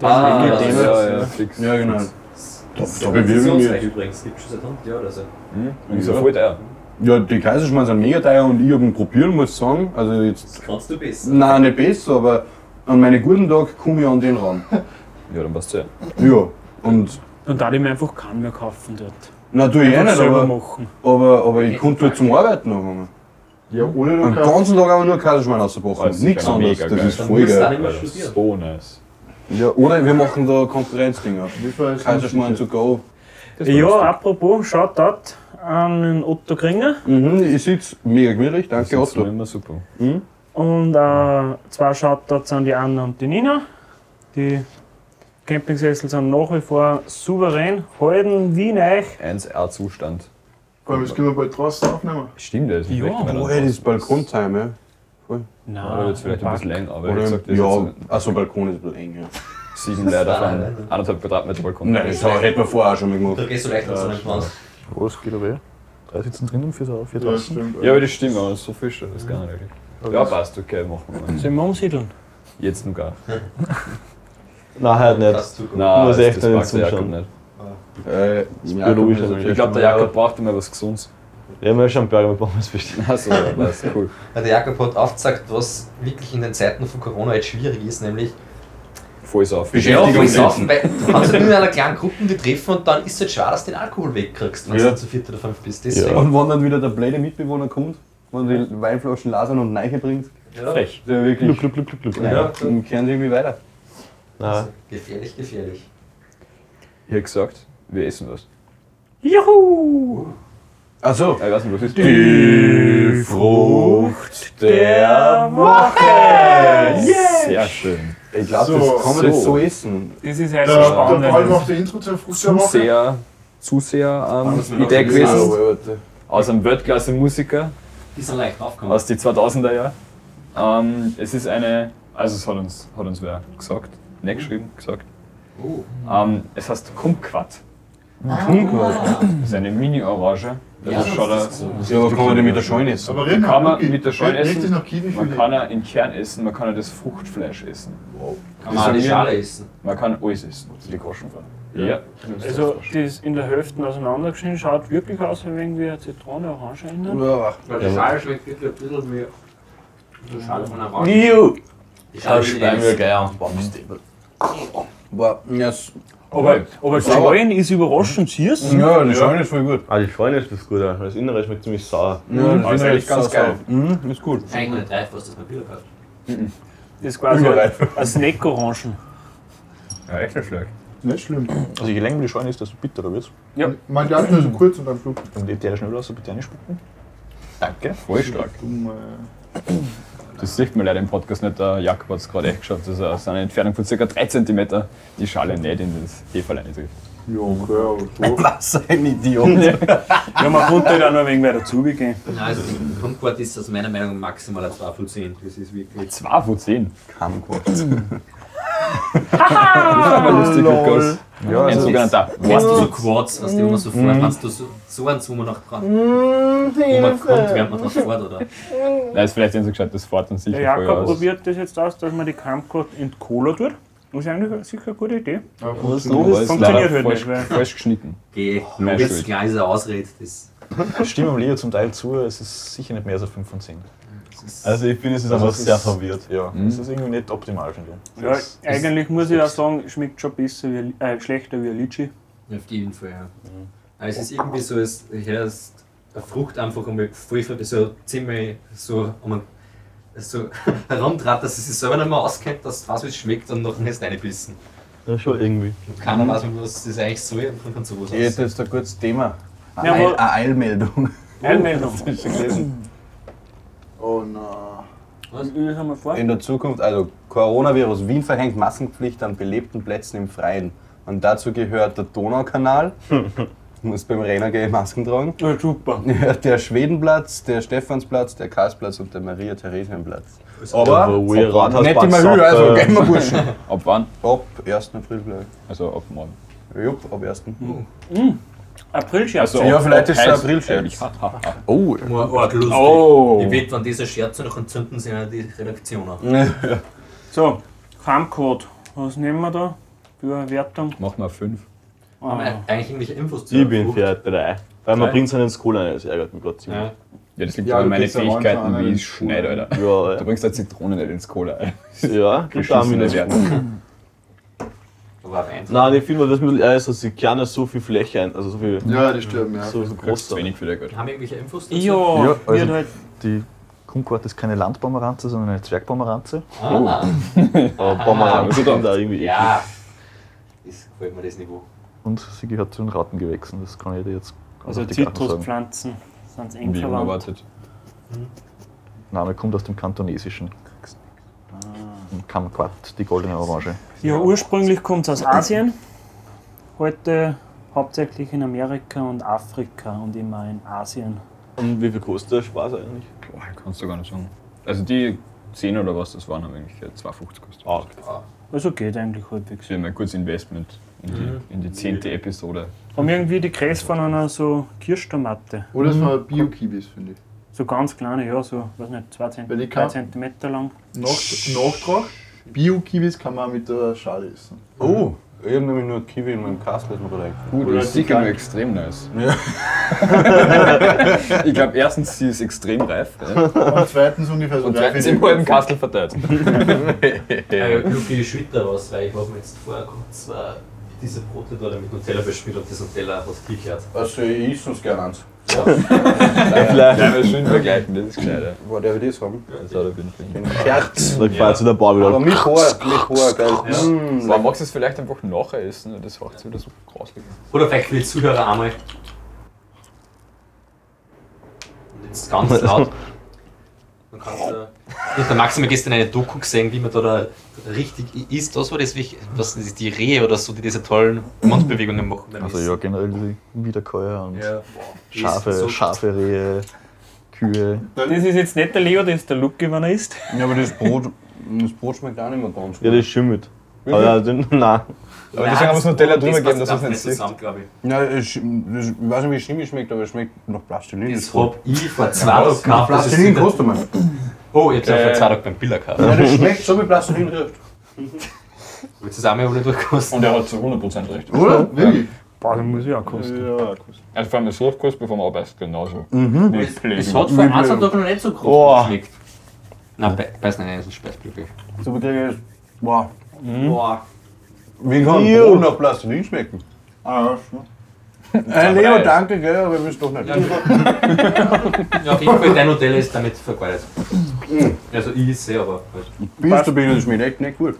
E: Ah,
D: ja,
E: das
D: ja, ja, fix.
B: Ja, genau. Da, da bewirken
E: Sensationsreich
B: wir.
E: übrigens, gibt schon seit 100 Jahren also, oder so.
D: Und so voll teuer.
B: Ja, die Kaiserschmarrn sind mega teuer und ich habe ihn probieren, muss ich sagen. Also jetzt,
E: Das kannst du besser.
B: nein, nicht besser, aber an meinen guten Tag komme ich an den ran.
D: Ja, dann passt ja.
B: Ja, und
C: Und da die mir einfach keinen mehr kaufen dort.
B: natürlich auch eh
C: Einfach
B: nicht,
C: selber
B: aber,
C: machen.
B: aber, aber ich konnte halt zum Arbeiten anfangen.
F: Ja, ohne
B: Den
F: Lukas.
B: ganzen Tag aber nur Kaiserschmarrn ausgebracht.
D: Das ist
B: Nichts
D: ja
B: anderes,
D: genau, mega
B: das
D: geil.
B: ist
E: Dann
B: voll
E: musst du auch
B: geil.
E: nicht mehr
D: Alter, das ist
E: studieren.
D: so nice.
B: Ja, oder wir machen da Konkurrenzdinger.
F: Wie viel ist
B: Kaiserschmarrn to go.
C: Ja, apropos, Shoutout an den Otto Kringer.
B: Mhm, ich sitze mega gemütlich, danke
D: Das ist
B: Otto.
D: immer super.
C: Und äh, zwei Shoutouts an die Anna und die Nina. Die Campingsessel sind nach wie vor souverän, halten wie neu.
D: 1A-Zustand.
F: Vor allem, das können wir bald draußen aufnehmen.
D: Stimmt, das ist
C: Ja,
B: Oh, hey, das ist Balkontime, ja?
D: Oder jetzt vielleicht ein bisschen
C: Ah,
D: länger, aber ich
B: Oder,
D: sag, das ist
B: ja,
D: jetzt
B: also Balkon ist ein bisschen eng, ja.
D: sieben Leute auf einen anderthalb Quadratmeter Balkon.
B: Nein, das hätten wir vorher auch schon mal
E: Da
B: gemacht.
E: gehst du leicht an so einen Plan.
A: Was geht aber eh? Drei sitzen drinnen, vier, sau- vier
F: Ja,
A: draußen.
F: stimmt.
D: Ja, aber das stimmt, aber so viel schon, das ist gar nicht wirklich. Ja, passt, okay, machen wir mal.
C: Sollen wir umsiedeln?
D: Jetzt noch gar.
G: Nein, halt nicht.
E: Das tut gut.
D: Nein,
G: Muss echt
D: das
G: nicht
D: mag der Jakob
G: zuschauen.
D: nicht.
B: Äh, im Jakob
G: biologisch
B: ist
G: natürlich.
D: Ich glaube, der Jakob braucht immer was Gesundes.
G: Wir haben ja schon einen Burger mit Pommes bestellt.
D: Achso, das ist cool.
E: Der Jakob hat aufgezeigt, was wirklich in den Zeiten von Corona jetzt schwierig ist, nämlich
D: Voll auf.
E: Ja, voll
B: Beschäftigung
E: saufen, weil du kannst halt nur in einer kleinen Gruppe die treffen und dann ist es halt schwer, dass du den Alkohol wegkriegst, wenn
B: Ja.
E: du halt zu viert oder fünf bist. Deswegen.
B: Und wenn dann wieder der blöde Mitbewohner kommt, wenn die Weinflaschen lasern und Neiche bringt,
E: Ja.
B: ist ja wirklich.
G: Glück, Glück, Glück, Glück, Glück.
B: Nein,
E: Ja.
B: dann kehren sie irgendwie weiter.
G: Nein.
E: Gefährlich, gefährlich.
D: Ich hab gesagt, wir essen was.
C: Juhu!
B: Achso.
D: Ja, Ich weiß nicht, was ist.
B: Die Frucht der Woche!
D: Sehr schön.
B: Ich glaube,
F: So.
B: das kann man jetzt
D: So.
B: so essen.
C: Das ist jetzt
F: Der,
C: ja,
F: der Paul
C: spannend.
F: macht die Intro zur Frucht der Woche.
D: Zuseher, Zuseher ähm,
E: Anders mit
D: Idee
E: auf-
D: gewesen.
B: Alter.
D: Aus einem Weltklasse-Musiker
E: Die sind leicht aufgekommen.
D: aus die 2000er Jahren. Ähm, es ist eine, also es hat uns, hat uns wer gesagt, nicht geschrieben, gesagt.
E: Oh.
D: Ähm, es heißt Kumquat.
E: Ah.
D: Das ist eine Mini-Orange.
E: Ja,
D: Also schaut
E: das
D: er,
E: ist so.
B: Ja, aber kann man den mit der Scheune essen?
F: Aber reden
D: Kann
F: wir
D: man mit der Scheune
F: Regt
D: essen?
F: es noch Kiwi für
D: man
F: dich?
D: kann ja in Kern essen, man kann ja das Fruchtfleisch essen.
E: Kann man auch die
D: mir-
E: Schale essen.
D: Man kann alles essen. Die Groschen fahren. Ja.
C: Also, das in der Hälfte auseinandergeschnitten schaut wirklich aus, wie irgendwie eine Zitrone, Orange ändert.
B: Ja.
H: Weil die Schale schmeckt wirklich ein bisschen wie die Schale von einer Orange.
G: Iu!
E: Die Schale ist
D: Speimelgeier.
B: Boah, ja, s-
C: Aber, aber die
B: Sauer.
C: Scheuen ist überraschend süß.
B: ja, die Scheune ist voll gut. Mhm.
G: Ah, die Freunde ist das gut, ja. das Innere schmeckt ziemlich sauer.
B: Ja,
D: Aber ist
B: Innere
D: eigentlich ganz
B: sau-
D: geil.
B: sau. Mhm, ist gut.
H: Eigentlich noch nicht reif, was das mal wieder hat.
C: Das ist quasi
B: Überreif.
C: ein Snack-Orangen.
D: Ja, echt nicht schlecht.
F: Nicht schlimm.
A: Also je länger die Scheune ist, desto bitterer wird
F: Man darf nur so kurz und dann flugt.
A: Und die ätherischen Öle aus der Bitte spucken.
D: Danke. Voll stark.
F: Dumme.
D: Das sieht man leider im Podcast nicht. Der Jakob hat es gerade echt geschafft, dass er aus einer Entfernung von ca. 3 cm die Schale nicht in das Heferlein trifft.
F: Ja, okay, aber so.
B: Was ein Idiot.
C: Ja, man konnte halt auch noch wegen mehr dazugeben.
H: Nein, also die Kumquat ist aus meiner Meinung maximal ein 2 von 10. Das ist wirklich.
D: 2 von 10.
C: Ah,
D: Aber lustig, Lukas. Ja, ein
B: also-
D: sogenannter
H: Kennst Genau. du so Quads, was die immer so fahren? Kannst du so, so einen Zoom nach dran? Wo man kommt, während man noch fährt, oder?
D: Nein, ist vielleicht nicht so gescheit, das fährt dann sicher
C: Der
D: voll
C: Jakob
D: aus.
C: probiert das jetzt aus, dass man die Kampfkarte in Cola tut. Das ist eigentlich sicher eine gute Idee.
F: Was
D: Aber ist
C: Funktioniert
D: leider
C: halt
D: falsch,
C: nicht, weil-
D: falsch geschnitten.
H: Geh,
D: Mehr
H: jetzt
D: Schuld.
H: gleich ist eine Ausrede. Das
A: Ich stimme dem Leo zum Teil zu, es ist sicher nicht mehr als 5 von 10.
D: Äh,
G: Also ich finde, es ist
A: Also
G: einfach
A: es
G: sehr
A: ist-
G: verwirrt. Mhm.
A: Ja, das ist irgendwie nicht optimal, finde ich.
C: Ja,
A: Das-
C: eigentlich muss ich auch sagen, schmeckt schon besser wie, äh, schlechter wie ein Litschi.
H: auf jeden Fall, ja. Aber es ist irgendwie so, es hörst eine Frucht einfach einmal voll, voll- so ziemlich so, um einen, so herumtrat, dass es sich selber nicht mehr auskennt, dass du weißt, wie es schmeckt und nachher ist reinbissen.
G: Ja, schon irgendwie.
H: Und keiner weiß, mehr, was das eigentlich soll und dann kann sowas
B: Ich hätte jetzt ein gutes Thema. Eine
C: Ja,
B: Eil-
C: aber-
B: eine Eilmeldung.
C: Einmeldung.
B: Oh nein.
C: Ich lese einmal vor.
B: In der Zukunft, also Coronavirus, Wien verhängt Maskenpflicht an belebten Plätzen im Freien. Und dazu gehört der Donaukanal. Muss beim Renner gehen Masken tragen.
C: Ja, super.
B: Ja, Der Schwedenplatz, der Stephansplatz, der Karlsplatz und der Maria-Theresienplatz.
G: Aber
B: Aber
G: weird, Rathaus-
B: nicht immer
G: Sache.
B: höher, also gehen wir Burschen.
D: Äh, Ab wann?
B: Ab 1. April gleich.
D: Also ab morgen.
B: Jupp, ab 1.
C: Aprilscherz.
D: Also
B: Ja,
D: ab-
B: vielleicht
D: ab
B: ist es
D: heiß-
B: Aprilscherz.
D: Ha, ha, ha.
B: Oh.
H: Arg lustig.
D: Oh.
H: Ich wette, wenn dieser Scherz noch entzünden sind ja die Redaktion an.
C: So, Kampfcode. Was nehmen wir da? Für Wertung.
D: Mach mal 5.
H: Haben wir eigentlich irgendwelche Infos zu
G: Ich
H: der
G: bin
H: Frucht?
G: für drei. Weil man
H: Drei?
G: bringt es halt ins Cola rein, das ärgert mich gerade ziemlich.
D: Ja, das liegt
F: Ja,
D: ja, an
F: du
D: meinen
F: kriegst ja manchmal
D: Fähigkeiten,
F: einen
D: wie
F: in
D: ich schneide, Alter.
G: Ja,
D: Du
G: ja.
D: bringst halt Zitronen nicht ins Cola ein.
G: ja gibt da auch Minus.
D: Wert.
H: Aber auf eins.
G: Nein, ich finde, das müssen ja ist, dass die Kerne so viel Fläche ein, also so viel,
F: Ja, die sterben, ja.
G: so, so groß
D: Kostet
G: sind.
D: wenig für dein Geld.
H: Haben wir irgendwelche Infos dazu?
C: Ja,
B: Ja, also-
C: wird halt
A: Die Kumquat ist keine Landpomeranze, sondern eine Zwergpomeranze.
H: Ah,
G: Aber Pomeranz
D: Ah,
G: kommt da irgendwie eh. eklig.
H: ja. Das gefällt mir das Niveau.
A: Und sie gehört zu den Rattengewächsen, das kann jeder jetzt ganz
C: also
A: auf die Karten
C: Zitruspflanzen. Sind eng
D: Wie
C: verwandt.
D: unerwartet.
G: Name kommt aus dem Kantonesischen. Und Kamquat, die goldene Orange.
C: Ja, ursprünglich kommt es aus Asien, heute hauptsächlich in Amerika und Afrika und immer in Asien.
I: Und wie viel kostet der Spaß eigentlich?
D: Boah, kannst du gar nicht sagen. Also die 10 oder was das waren, haben eigentlich 2,50 gekostet.
I: Ah,
C: Also geht eigentlich halbwegs.
D: Wir haben ein kurzes Investment in die,
B: Mhm.
D: in die 10. Episode.
C: Haben irgendwie die Gräser von einer so Kirschtomate.
F: Oder es waren Bio-Kiwis, finde ich.
C: So ganz kleine, ja, so, weiß nicht, 2
F: Weil die
C: cm,
F: kann-
C: lang.
F: Nach- Nachtrag: Bio-Kiwis kann man auch mit der Schale essen.
B: Oh, ich habe nämlich nur Kiwi in meinem Kasten, ist mir gerade eingefallen.
D: Gut, das ist sicher nur extrem nice. ich glaube, erstens, sie ist extrem reif. Ja.
F: Und zweitens ungefähr so
D: Und
F: reif
D: zweitens
F: wie die-
D: im halben Kastel verteilt.
E: Ja, ja, glücklich schütt da was, weil ich habe mir jetzt vorher kurz äh, diese Brote da mit Nutella bespielt und das Nutella hat gekichert.
B: Also, ich esse uns gerne eins.
D: Vielleicht. Ja, wir schön vergleichen, das ist gescheiter.
B: Boah, der will das haben.
D: Das hat er bin ich.
B: Herz.
I: Da fährt zu der Bar
B: Aber
I: wieder.
B: mit Haar, mit Haar, geil.
E: Ja.
B: Mm,
D: Aber magst du es vielleicht einfach nachher essen? Das macht es wieder so grauslich.
E: Oder vielleicht für die Zuhörer einmal. Und jetzt ganz laut. Man kann da, ich hab der Max hat mir gestern eine Doku gesehen, wie man da, da richtig isst. Was war das? wie- Was ist die Rehe oder so, die diese tollen Mundbewegungen machen? beim
G: Also
E: Essen.
G: ja, generell die Wiederkäuer und
E: Ja,
G: Schafe,
E: So-
G: Schafe, Rehe, Kühe.
C: Das ist jetzt nicht der Leo, das ist der Lucky, wenn er isst.
B: Ja, aber das Brot, das Brot schmeckt auch nicht mehr ganz gut.
I: Ja, das schimmelt. Aber den, nein.
D: Aber deswegen haben wir das Nutella drüber
E: passt
D: gegeben, dass
E: ganz
D: man es nicht
E: zusammen, glaub ich.
B: Ja, es sch- das- ich weiß nicht, wie es chemisch schmeckt, aber es schmeckt nach Plastilin.
E: Das hab ich vor zwei Tagen gekauft. das ist
B: Plastilin
E: wieder-
B: kostet man.
E: Oh, ich hab's auch vor zwei Tagen beim Biller gekauft.
B: Äh, Ja, das schmeckt so wie Plastilin riecht.
E: Willst du das auch mal wieder durchkosten?
D: Und er hat zu 100% recht.
F: Oder? Wirklich?
C: Boah, das muss ich auch kosten.
F: Ja, kost-
D: Also vor allem das Hochkost bevor man arbeitet genauso.
B: Äh,
D: Nicht
E: Es
D: pflegen.
E: hat vor einem Tag noch nicht so groß geschmeckt. Nein, bei- beiß nicht, es ist speisblügel.
B: So bekriege ich Boah.
E: Boah.
B: Wie kann ein Brot nach Plastilin schmecken?
F: Ah, ja, schon.
B: Äh, Leo,
D: Reis.
B: danke, gell, aber wir müssen doch nicht.
E: Ja, auf jeden Fall, dein Hotel ist damit verqualet.
B: Mhm.
E: Also ich sehe aber.
B: Bist du bin, das schmeckt echt nicht gut.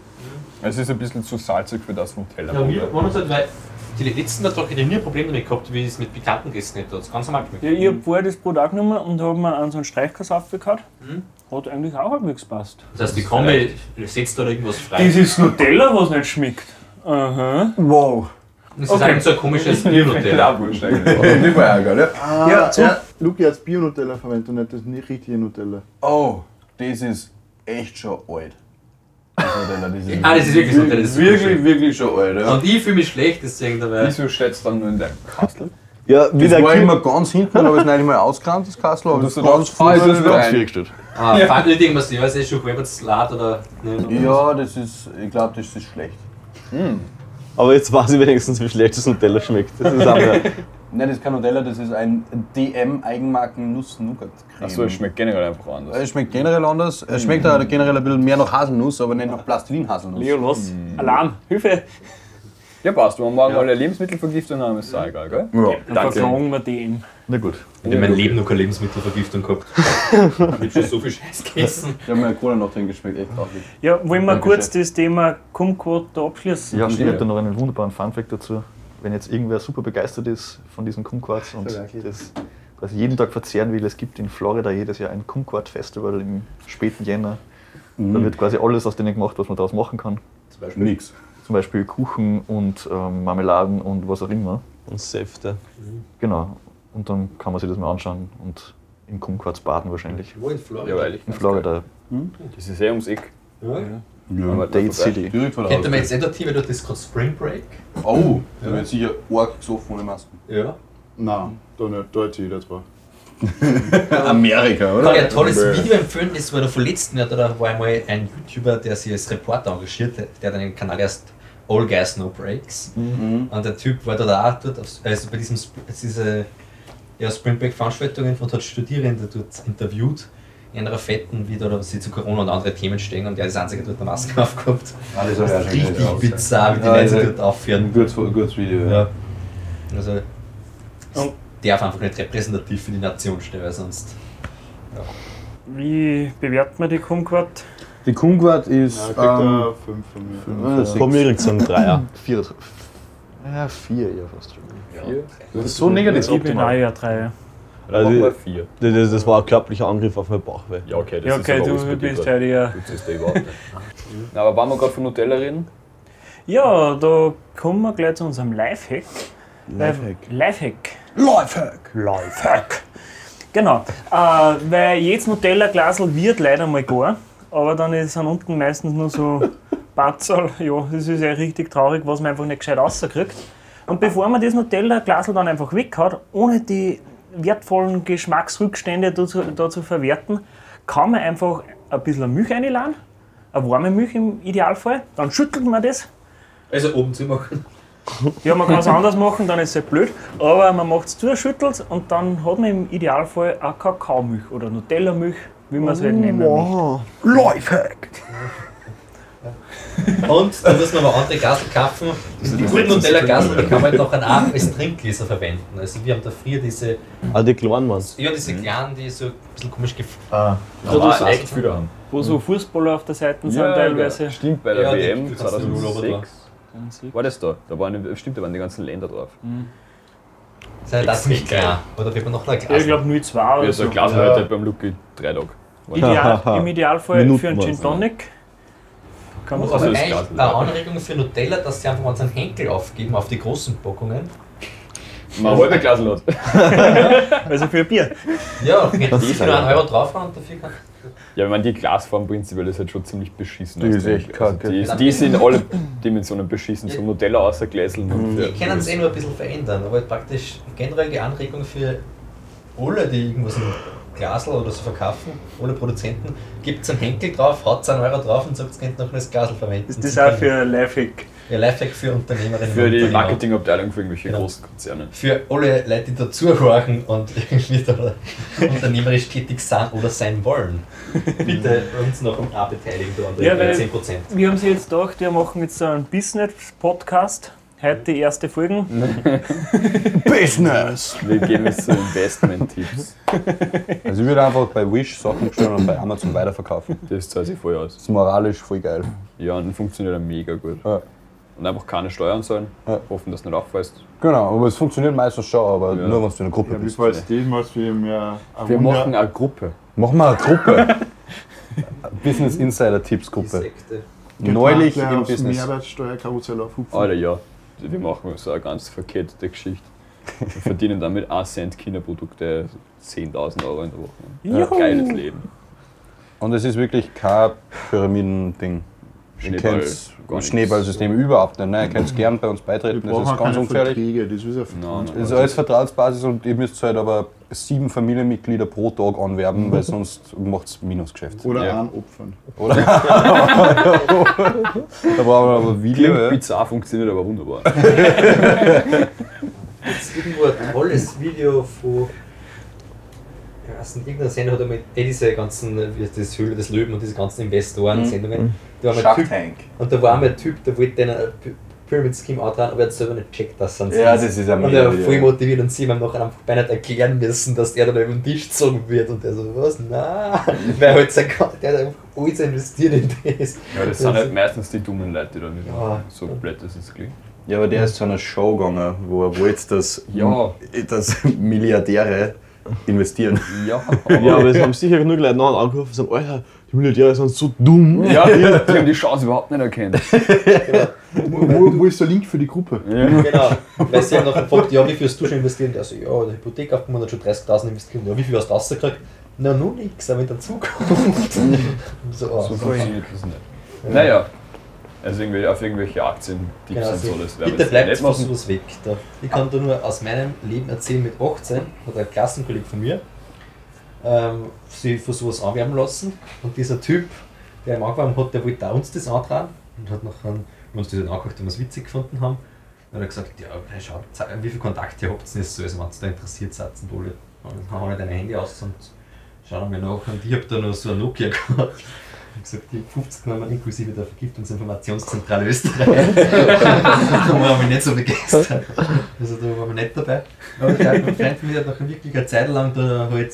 D: Es ist ein bisschen zu salzig für das Nutella.
E: Ja, wir waren uns halt, weil die letzten Tage hätte ich nie ein Problem damit gehabt, wie ich es mit Pikanten gegessen hätte. Das ganz normal geschmeckt.
C: Ja, ich
F: Mhm.
C: hab vorher das Brot auch genommen und hab mir an so einen Streichkass aufgekaut.
E: Mhm.
C: Hat eigentlich auch halbwegs gepasst.
E: Das heißt, die Kombi setzt da irgendwas frei.
C: Das ist Nutella, was nicht schmeckt. Aha.
B: Wow.
E: Das ist eigentlich so ein komisches Bier-Nutella.
D: wurscht eigentlich.
B: Das war ja geil, ja.
F: Ah,
B: Ja,
F: ja,
B: zu-
F: ja. Luki hat Bio-Nutella verwendet und nicht das nicht richtige Nutella.
B: Oh, das ist echt schon alt. Das Nutella, das ist
E: Ah, das ist wirklich Nutella. Das ist super
B: wirklich, wirklich schon alt,
E: schön.
B: ja.
E: Und ich fühle mich schlecht, deswegen dabei.
D: Wieso schätzt dann nur in deinem Kastel?
I: Ja, wie
B: Das
I: der
B: war
I: Kim-
B: immer ganz hinten, aber es ist nicht immer ausgerannt, das Kassel. Aber
D: Das
B: das
D: ist
B: ist
D: doch-
B: ganz
D: Ah,
B: vorne
D: das ist
B: drin.
D: ganz
E: Ah, fand nicht irgendwas, ich weiß eh schon, wenn man es lädt oder. ne,
B: Ja, das ist, ich glaube, das ist schlecht.
I: Hm. Aber jetzt weiß ich wenigstens, wie schlecht das Nutella schmeckt. Das ist aber,
B: Nein, das ist kein Nutella, das ist ein DM-Eigenmarken-Nuss-Nougat-Creme.
D: Achso, es schmeckt generell einfach anders.
B: Also Es schmeckt generell anders. Es schmeckt auch generell ein bisschen mehr nach Haselnuss, aber nicht nach Plastilin-Haselnuss.
C: Leo, los.
F: Mhm.
C: Alarm, Hilfe.
D: Ja, passt. Wenn wir morgen alle Lebensmittelvergiftung haben, ist es auch egal, gell?
B: Ja.
C: Dann verklagen wir den.
G: Na gut.
E: Ich habe in meinem Leben noch keine Lebensmittelvergiftung gehabt. ich habe schon so viel Scheiß gegessen.
B: Ich habe mir Cola noch drin geschmeckt, echt traurig.
C: Ja, wollen wir kurz das Thema Kumquat da abschließen?
G: Ja, stimmt. Ich
D: Ja.
G: habe da noch einen wunderbaren Funfact dazu. Wenn jetzt irgendwer super begeistert ist von diesem Kumquats und das quasi jeden Tag verzehren will, es gibt in Florida jedes Jahr ein Kumquat-Festival im späten Jänner. Da wird quasi alles aus denen gemacht, was man daraus machen kann.
B: Nix.
G: Zum Beispiel Kuchen und ähm, Marmeladen und was auch immer.
I: und Säfte.
G: Genau. Und dann kann man sich das mal anschauen und im Kumquats baden wahrscheinlich.
E: Wo in Florida?
D: Ja, weil ich.
G: In Florida,
D: Das ist eh ums Eck.
B: Ja.
G: Date City.
B: Direkt vor der
E: Kennt ihr
B: Haustür.
E: mir jetzt nicht aktiviert, weil das ist gerade Spring Break?
B: Oh, da wird sicher arg gesoffen ohne Masken.
E: Ja.
F: Nein, da nicht. Da hat jeder drauf.
B: Amerika,
E: Ich kann dir ein tolles Video empfehlen, das war der von letzten Jahr, da war einmal ein YouTuber, der sich als Reporter engagiert hat, der hat einen Kanal erst All Guys No Breaks. Und der Typ war da auch dort, auf- also bei diesem Sp- diese, ja, Spring Break Veranstaltungen und hat Studierende dort interviewt. In einer fetten, wie da da sie zu Corona und andere Themen stehen und der ist der Einzige, der dort eine Maske aufgehabt.
B: Alles hat ja schon wieder
E: Richtig
B: raus.
E: bizarr, wie die
B: Ja,
E: Leute
B: ja.
E: dort aufführen.
B: Ein gutes, gutes Video, ja.
E: Ja. Also, es
C: Und-
E: darf einfach nicht repräsentativ für die Nation stehen, weil sonst.
C: Wie bewertet man die Kumquat?
B: Die Kumquat ist.
F: Ja, kriegt
B: ähm, äh,
F: er 5 von mir.
I: Von mir kriegt so einen Dreier.
G: Vier. Ja, vier, ja fast schon.
E: Ja.
G: Das ist so negativ
C: Ich bin auch ja drei.
D: Dann machen wir vier.
G: Das, das, das war ein körperlicher Angriff auf mein Bauchweh.
D: Ja, okay, das
C: Ja,
D: ist
C: okay,
D: aber
C: du
D: alles
C: bist
D: bedingt.
C: halt ja.
D: Das ist eh überhaupt nicht. Na, aber wollen wir gerade von Nutella reden?
C: Ja, da kommen wir gleich zu unserem Lifehack. Lifehack. Lifehack. Lifehack. Lifehack. Genau, äh, weil jedes Nutella-Glasl wird leider mal gar, aber dann ist- sind unten meistens nur so Batzel. Ja, das ist ja richtig traurig, was man einfach nicht gescheit rauskriegt. Und bevor man das Nutella-Glasl dann einfach weghaut, ohne die wertvollen Geschmacksrückstände da zu, da zu verwerten, kann man einfach ein bisschen Milch einladen, eine warme Milch im Idealfall, dann schüttelt man das
E: Also oben zu machen.
C: ja, man kann es anders machen, dann ist es halt blöd. Aber man macht es zu, schüttelt und dann hat man im Idealfall auch Kakaomilch oder Nutella-Milch, wie man es halt nennen will.
E: Und dann müssen wir aber andere Gasen kaufen. Die guten Nutella-Gasen, die kann man halt noch an Abend als Trinkgläser verwenden. Also wir haben da früher diese,
G: Ah, die kleinen waren
E: ja, diese kleinen, die so ein bisschen komisch gef...
A: Ah,
D: Da war echt viel haben.
C: Wo so Fußballer auf der Seite sind teilweise.
D: Stimmt, bei der
E: Ja, die-
D: WM
E: die hat's im Urlaub
D: 2006 war das da. Da waren, stimmt, da waren die ganzen Länder drauf.
E: Sei das nicht klar. Oder wird man noch ein
C: Ja, ich
E: Glas?
C: glaube 0,2 oder
D: Ja, so
C: so.
D: ein Glas
A: Ja.
D: heute beim Lucky drei Tage.
C: Ideal, Im Idealfall
G: Minuten
C: für einen Gin
G: war's,
C: Tonic. Kann man
E: Aber
D: Also
C: sagen.
D: das
E: eigentlich
D: Glas-
E: eine Anregung für Nutella, dass sie einfach mal seinen Henkel aufgeben auf die großen Packungen.
D: Mal halbe Glas hat.
C: Also für ein Bier.
E: Ja, hätten sie nur einen Euro drauf und dafür kann
D: Ja, ich meine, die Glasform prinzipiell ist halt schon ziemlich beschissen.
B: Die
D: als
B: ist
D: Ding.
B: echt
D: Also
B: kacke.
D: Die, ist, die ist in alle Dimensionen beschissen. Zum Nutella außer Gläseln. und-
E: Wir können es eh nur ein bisschen verändern, aber halt praktisch generell die Anregung für alle, die irgendwas im Glasl oder so verkaufen, alle Produzenten, gibt es einen Henkel drauf, haut einen Euro drauf und sagt, es könnt noch ein neues Glasl verwenden.
C: Ist das auch für ein Lifehack?
E: Ja, Lifehack für Unternehmerinnen
D: Für
E: und
D: die
E: Unternehmer.
D: Marketingabteilung für irgendwelche
E: Genau.
D: großen Konzerne.
E: Für alle Leute, die dazuhören und irgendwie da unternehmerisch tätig sind oder sein wollen. Bitte uns noch um A beteiligen, du andere
C: Ja, weil-
E: 10%.
C: Wir haben sie jetzt gedacht, wir machen jetzt so einen Business-Podcast. Heute die erste Folge.
G: Business!
D: Wir geben jetzt so Investment-Tipps.
B: Also ich würde einfach bei Wish Sachen bestellen und bei Amazon weiterverkaufen.
D: Das zahlt sich voll aus.
B: Das ist moralisch voll geil.
D: Ja, und funktioniert er mega gut.
B: Ja.
D: Und einfach keine Steuern zahlen.
B: Ja.
D: Hoffen, dass du nicht auffällst.
B: Genau, aber es funktioniert meistens schon, aber
D: Ja.
B: nur wenn du in einer Gruppe
F: Ja, wie
B: bist.
F: falls dem, was wir mehr.
D: Wir machen eine Gruppe.
B: Machen wir eine Gruppe. Business Insider Tipps Gruppe.
E: Sekte.
B: Neulich im
F: im
B: Business.
F: Mehrwertsteuerkarussell auf Hupfen.
D: Alter, ja. Wir machen so eine ganz verkettete Geschichte. Wir verdienen damit 1 Cent Kinderprodukte 10.000 Euro in der Woche.
C: Juhu.
D: Geiles Leben.
B: Und es ist wirklich kein Pyramidending. Ihr
D: Schneeball,
B: kennt's-
D: gar nichts.
B: Schneeballsystem überhaupt nicht. Nein, ihr könnt gerne bei uns
F: Wir
B: beitreten, das
F: brauchen
B: ist
F: auch
B: ganz
F: keine
B: ungefährlich.
F: Verträge, das ist ein
D: Nein, nein.
B: Es ist alles Vertrauensbasis und ihr müsst halt aber sieben Familienmitglieder pro Tag anwerben, weil sonst macht es Minusgeschäft.
F: Oder
D: Ja.
F: ja. anopfern.
B: Oder? da brauchen wir aber Video.
D: Klingt
B: ja.
D: bizarr, funktioniert aber wunderbar.
E: Gibt's irgendwo ein tolles Video von. Ich weiß nicht, irgendeiner Sender hat einmal eh diese ganzen, wie heißt das Höhle des Löwen und diese ganzen Investoren-Sendungen. Da war einmal ein Typ,
B: Tank.
E: und da war einmal ein Typ, der wollte einen Py- Pyramid Scheme outran, aber er hat selber nicht gecheckt, dass sonst
B: Ja, das ist ein
E: Und er war
B: Video.
E: voll motiviert und sie haben ihm noch einfach beinahe erklären müssen, dass er dann über den Tisch gezogen wird. Und er so, was? Na, Weil halt sein, Gott- der hat einfach alles investiert in das.
D: Ja, das sind halt meistens die dummen Leute, die da nicht
E: Ja.
D: So blöd das jetzt klingt.
B: Ja, aber der ist zu einer Show gegangen, wo er wollte, dass,
D: Ja.
B: dass Milliardäre investieren.
D: Ja,
G: Ja, aber es haben sicher genug Leute nachher angerufen und sagen, Alter, die Milliardäre sind so dumm.
D: ja, die, die haben die Chance überhaupt nicht erkannt.
F: Wo, wo, wo ist der Link für die Gruppe?
E: Genau, weil sie haben noch gefragt, ja, wie viel hast du schon investiert? Also, ja, in der Hypothek aufgemacht, hat schon 30.000 investiert. Ja, wie viel hast du rausgekriegt? Na, nur nix, aber in der Zukunft. so, ah.
D: So funktioniert das nicht. Naja, also irgendwie auf irgendwelche Aktien, die
E: Genau,
D: sind
E: also,
D: so das
E: bitte bleibt von
D: machen.
E: sowas weg. Da. Ich kann da nur aus meinem Leben erzählen, mit 18 hat ein Klassenkolleg von mir ähm, sich von sowas anwerben lassen und dieser Typ, der ihm angeworben hat, der wollte auch uns das antragen und hat nachher, wenn wir uns das dann angehört, wenn wir es witzig gefunden haben, dann hat er gesagt, ja, okay, schaut, zeig- wie viel Kontakt ihr habt, denn jetzt so, also wenn ihr da interessiert seid, sind alle. Und dann haben wir dein Handy aus und schauen wir nach und ich habe da noch so ein Nokia gehabt. Ich hab gesagt, die 50 Nummern inklusive der Vergiftungsinformationszentrale Österreich. da war ich nicht so begeistert. Also da war ich nicht dabei. Aber ich habe einen Freund von mir, der hat nach wirklich eine Zeit lang da halt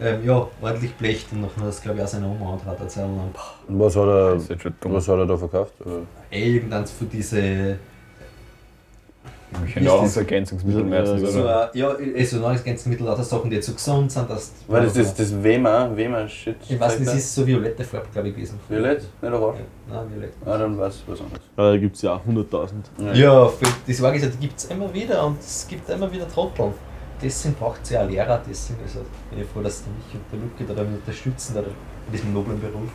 E: ähm, ja, ordentlich blecht und nachher das glaube ich auch seine Oma halt antrat eine Zeit lang.
B: Was hat er,
D: Das ist jetzt schon dumm.
B: was hat er da verkauft?
E: Ey, Irgendeins von diese
D: Genau, als Ergänzungsmittel meistens,
G: ja,
E: So,
D: oder?
E: äh, ja, es so neues Gänsemittel, lauter Sachen, die jetzt so gesund sind, dass. du-
B: War das das, das Wema, Wema-Shit?
E: Ich weiß nicht, es ist so violette Farbe, glaube ich, gewesen.
B: Violett? Nicht
E: Ja,
B: orange?
E: nein, violett.
B: Ah, dann war es was anderes.
G: Ja, da gibt es ja auch 100.000.
E: Ja, voll. das war gesagt, die gibt es immer wieder und es gibt immer wieder Trotteln. Deswegen braucht es ja auch Lehrer, deswegen also bin ich froh, dass die mich und der Luke da damit unterstützen, da in diesem noblen Beruf.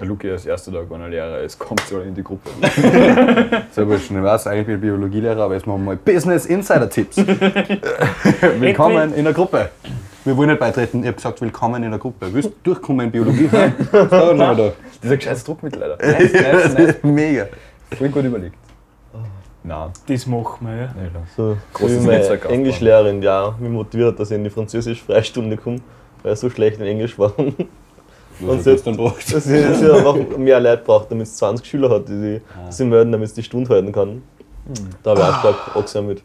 D: Der Luki als erster Tag, wenn er Lehrer ist, kommt so in die Gruppe.
B: Selber schon, ich weiß, eigentlich bin ich Biologielehrer, aber jetzt machen wir mal Business Insider-Tipps. willkommen in der Gruppe. Wir wollen nicht beitreten, ich habe gesagt, willkommen in der Gruppe. Willst du durchkommen in Biologie? so, na, da.
D: Dieser gescheiß Druckmittel, leider.
B: Mega.
D: Voll gut überlegt. Nein,
C: Das machen wir, ja.
D: nicht lang.
G: So,
D: Großes
G: wie meine
D: Netzwerk aufbauen.
G: Englischlehrerin, die auch mich motiviert, dass ich in die Französisch-Freistunde komme, weil ich so schlecht in Englisch war. Und selbst dann braucht Dass ich dass ich einfach mehr Leute braucht, damit es 20 Schüler hat, die sich-
D: Ah.
G: die sich melden, damit es die Stunde halten
D: Hm.
G: kann. Da habe ich auch stark angesehen mit.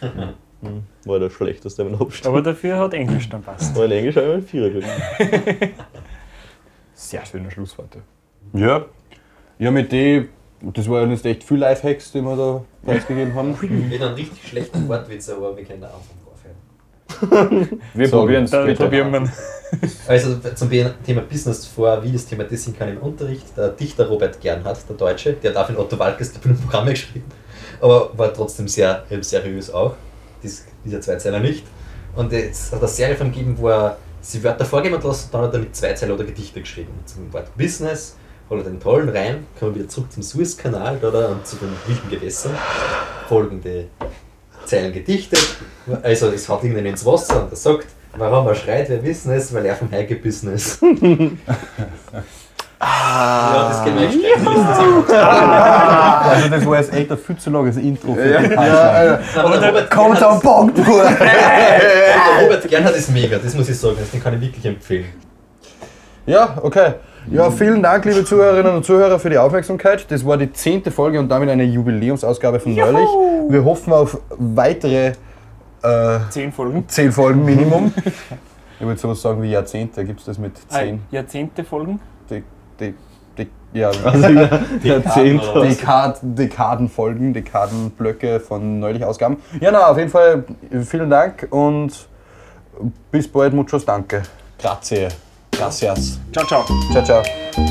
G: Hm, War der schlechteste in der Hauptstadt.
C: Aber dafür hat Englisch dann passt.
G: Aber in Englisch habe ich einen Vierer gekriegt.
D: Sehr schöne Schlussworte.
B: Ja. Ja, mit dem, das waren jetzt echt viele Lifehacks, die wir da preisgegeben haben.
E: Mit einem richtig schlechten Wortwitz, aber wir können da auch vom aufhören.
D: Wir
B: So,
D: probieren es.
C: Dann probieren wir.
E: Also zum Be- Thema Business vor, wie das thematisieren kann im Unterricht, der Dichter Robert Gernhardt, der Deutsche, der darf in Otto Walkes die Programme geschrieben, aber war trotzdem sehr ähm, seriös auch, Dies, dieser Zweizeiler nicht. Und jetzt hat er eine Serie von gegeben, wo er sie Wörter vorgeben hat lassen, dann hat er mit Zweizeiler oder Gedichte geschrieben. Zum Wort Business hat er den tollen Reim, kommen wir wieder zurück zum Suezkanal oder, und zu den wilden Gewässern. Folgende Zeilen gedichtet. Also es haut irgendeinen ins Wasser und er sagt, warum er schreit, wir wissen es, weil er vom Hai gebissen ist. ja, das geht mir echt schlecht.
B: Also, das war jetzt echt ein viel zu langes Intro für den
E: Aber der Robert
B: Kommt
E: Gernhardt-
B: am Punkt, Bruder!
E: Der Robert Gernhardt ist mega, das muss ich sagen, das- den kann ich wirklich empfehlen.
B: Ja, okay. Ja, vielen Dank, liebe Zuhörerinnen und Zuhörer, für die Aufmerksamkeit. Das war die zehnte Folge und damit eine Jubiläumsausgabe von neulich. Wir hoffen auf weitere äh,
C: Zehn Folgen.
B: zehn Folgen Minimum. ich würde sowas sagen wie Jahrzehnte. Gibt es das mit zehn?
C: Ah, Jahrzehnte Folgen.
B: De, de, de, ja,
G: Jahrzehnt.
B: Dekad, Dekadenfolgen, Dekadenblöcke von neulich Ausgaben. Ja, na, auf jeden Fall vielen Dank und bis bald, muchos danke. Grazie. Gracias.
C: Ciao, ciao.
B: Ciao, ciao.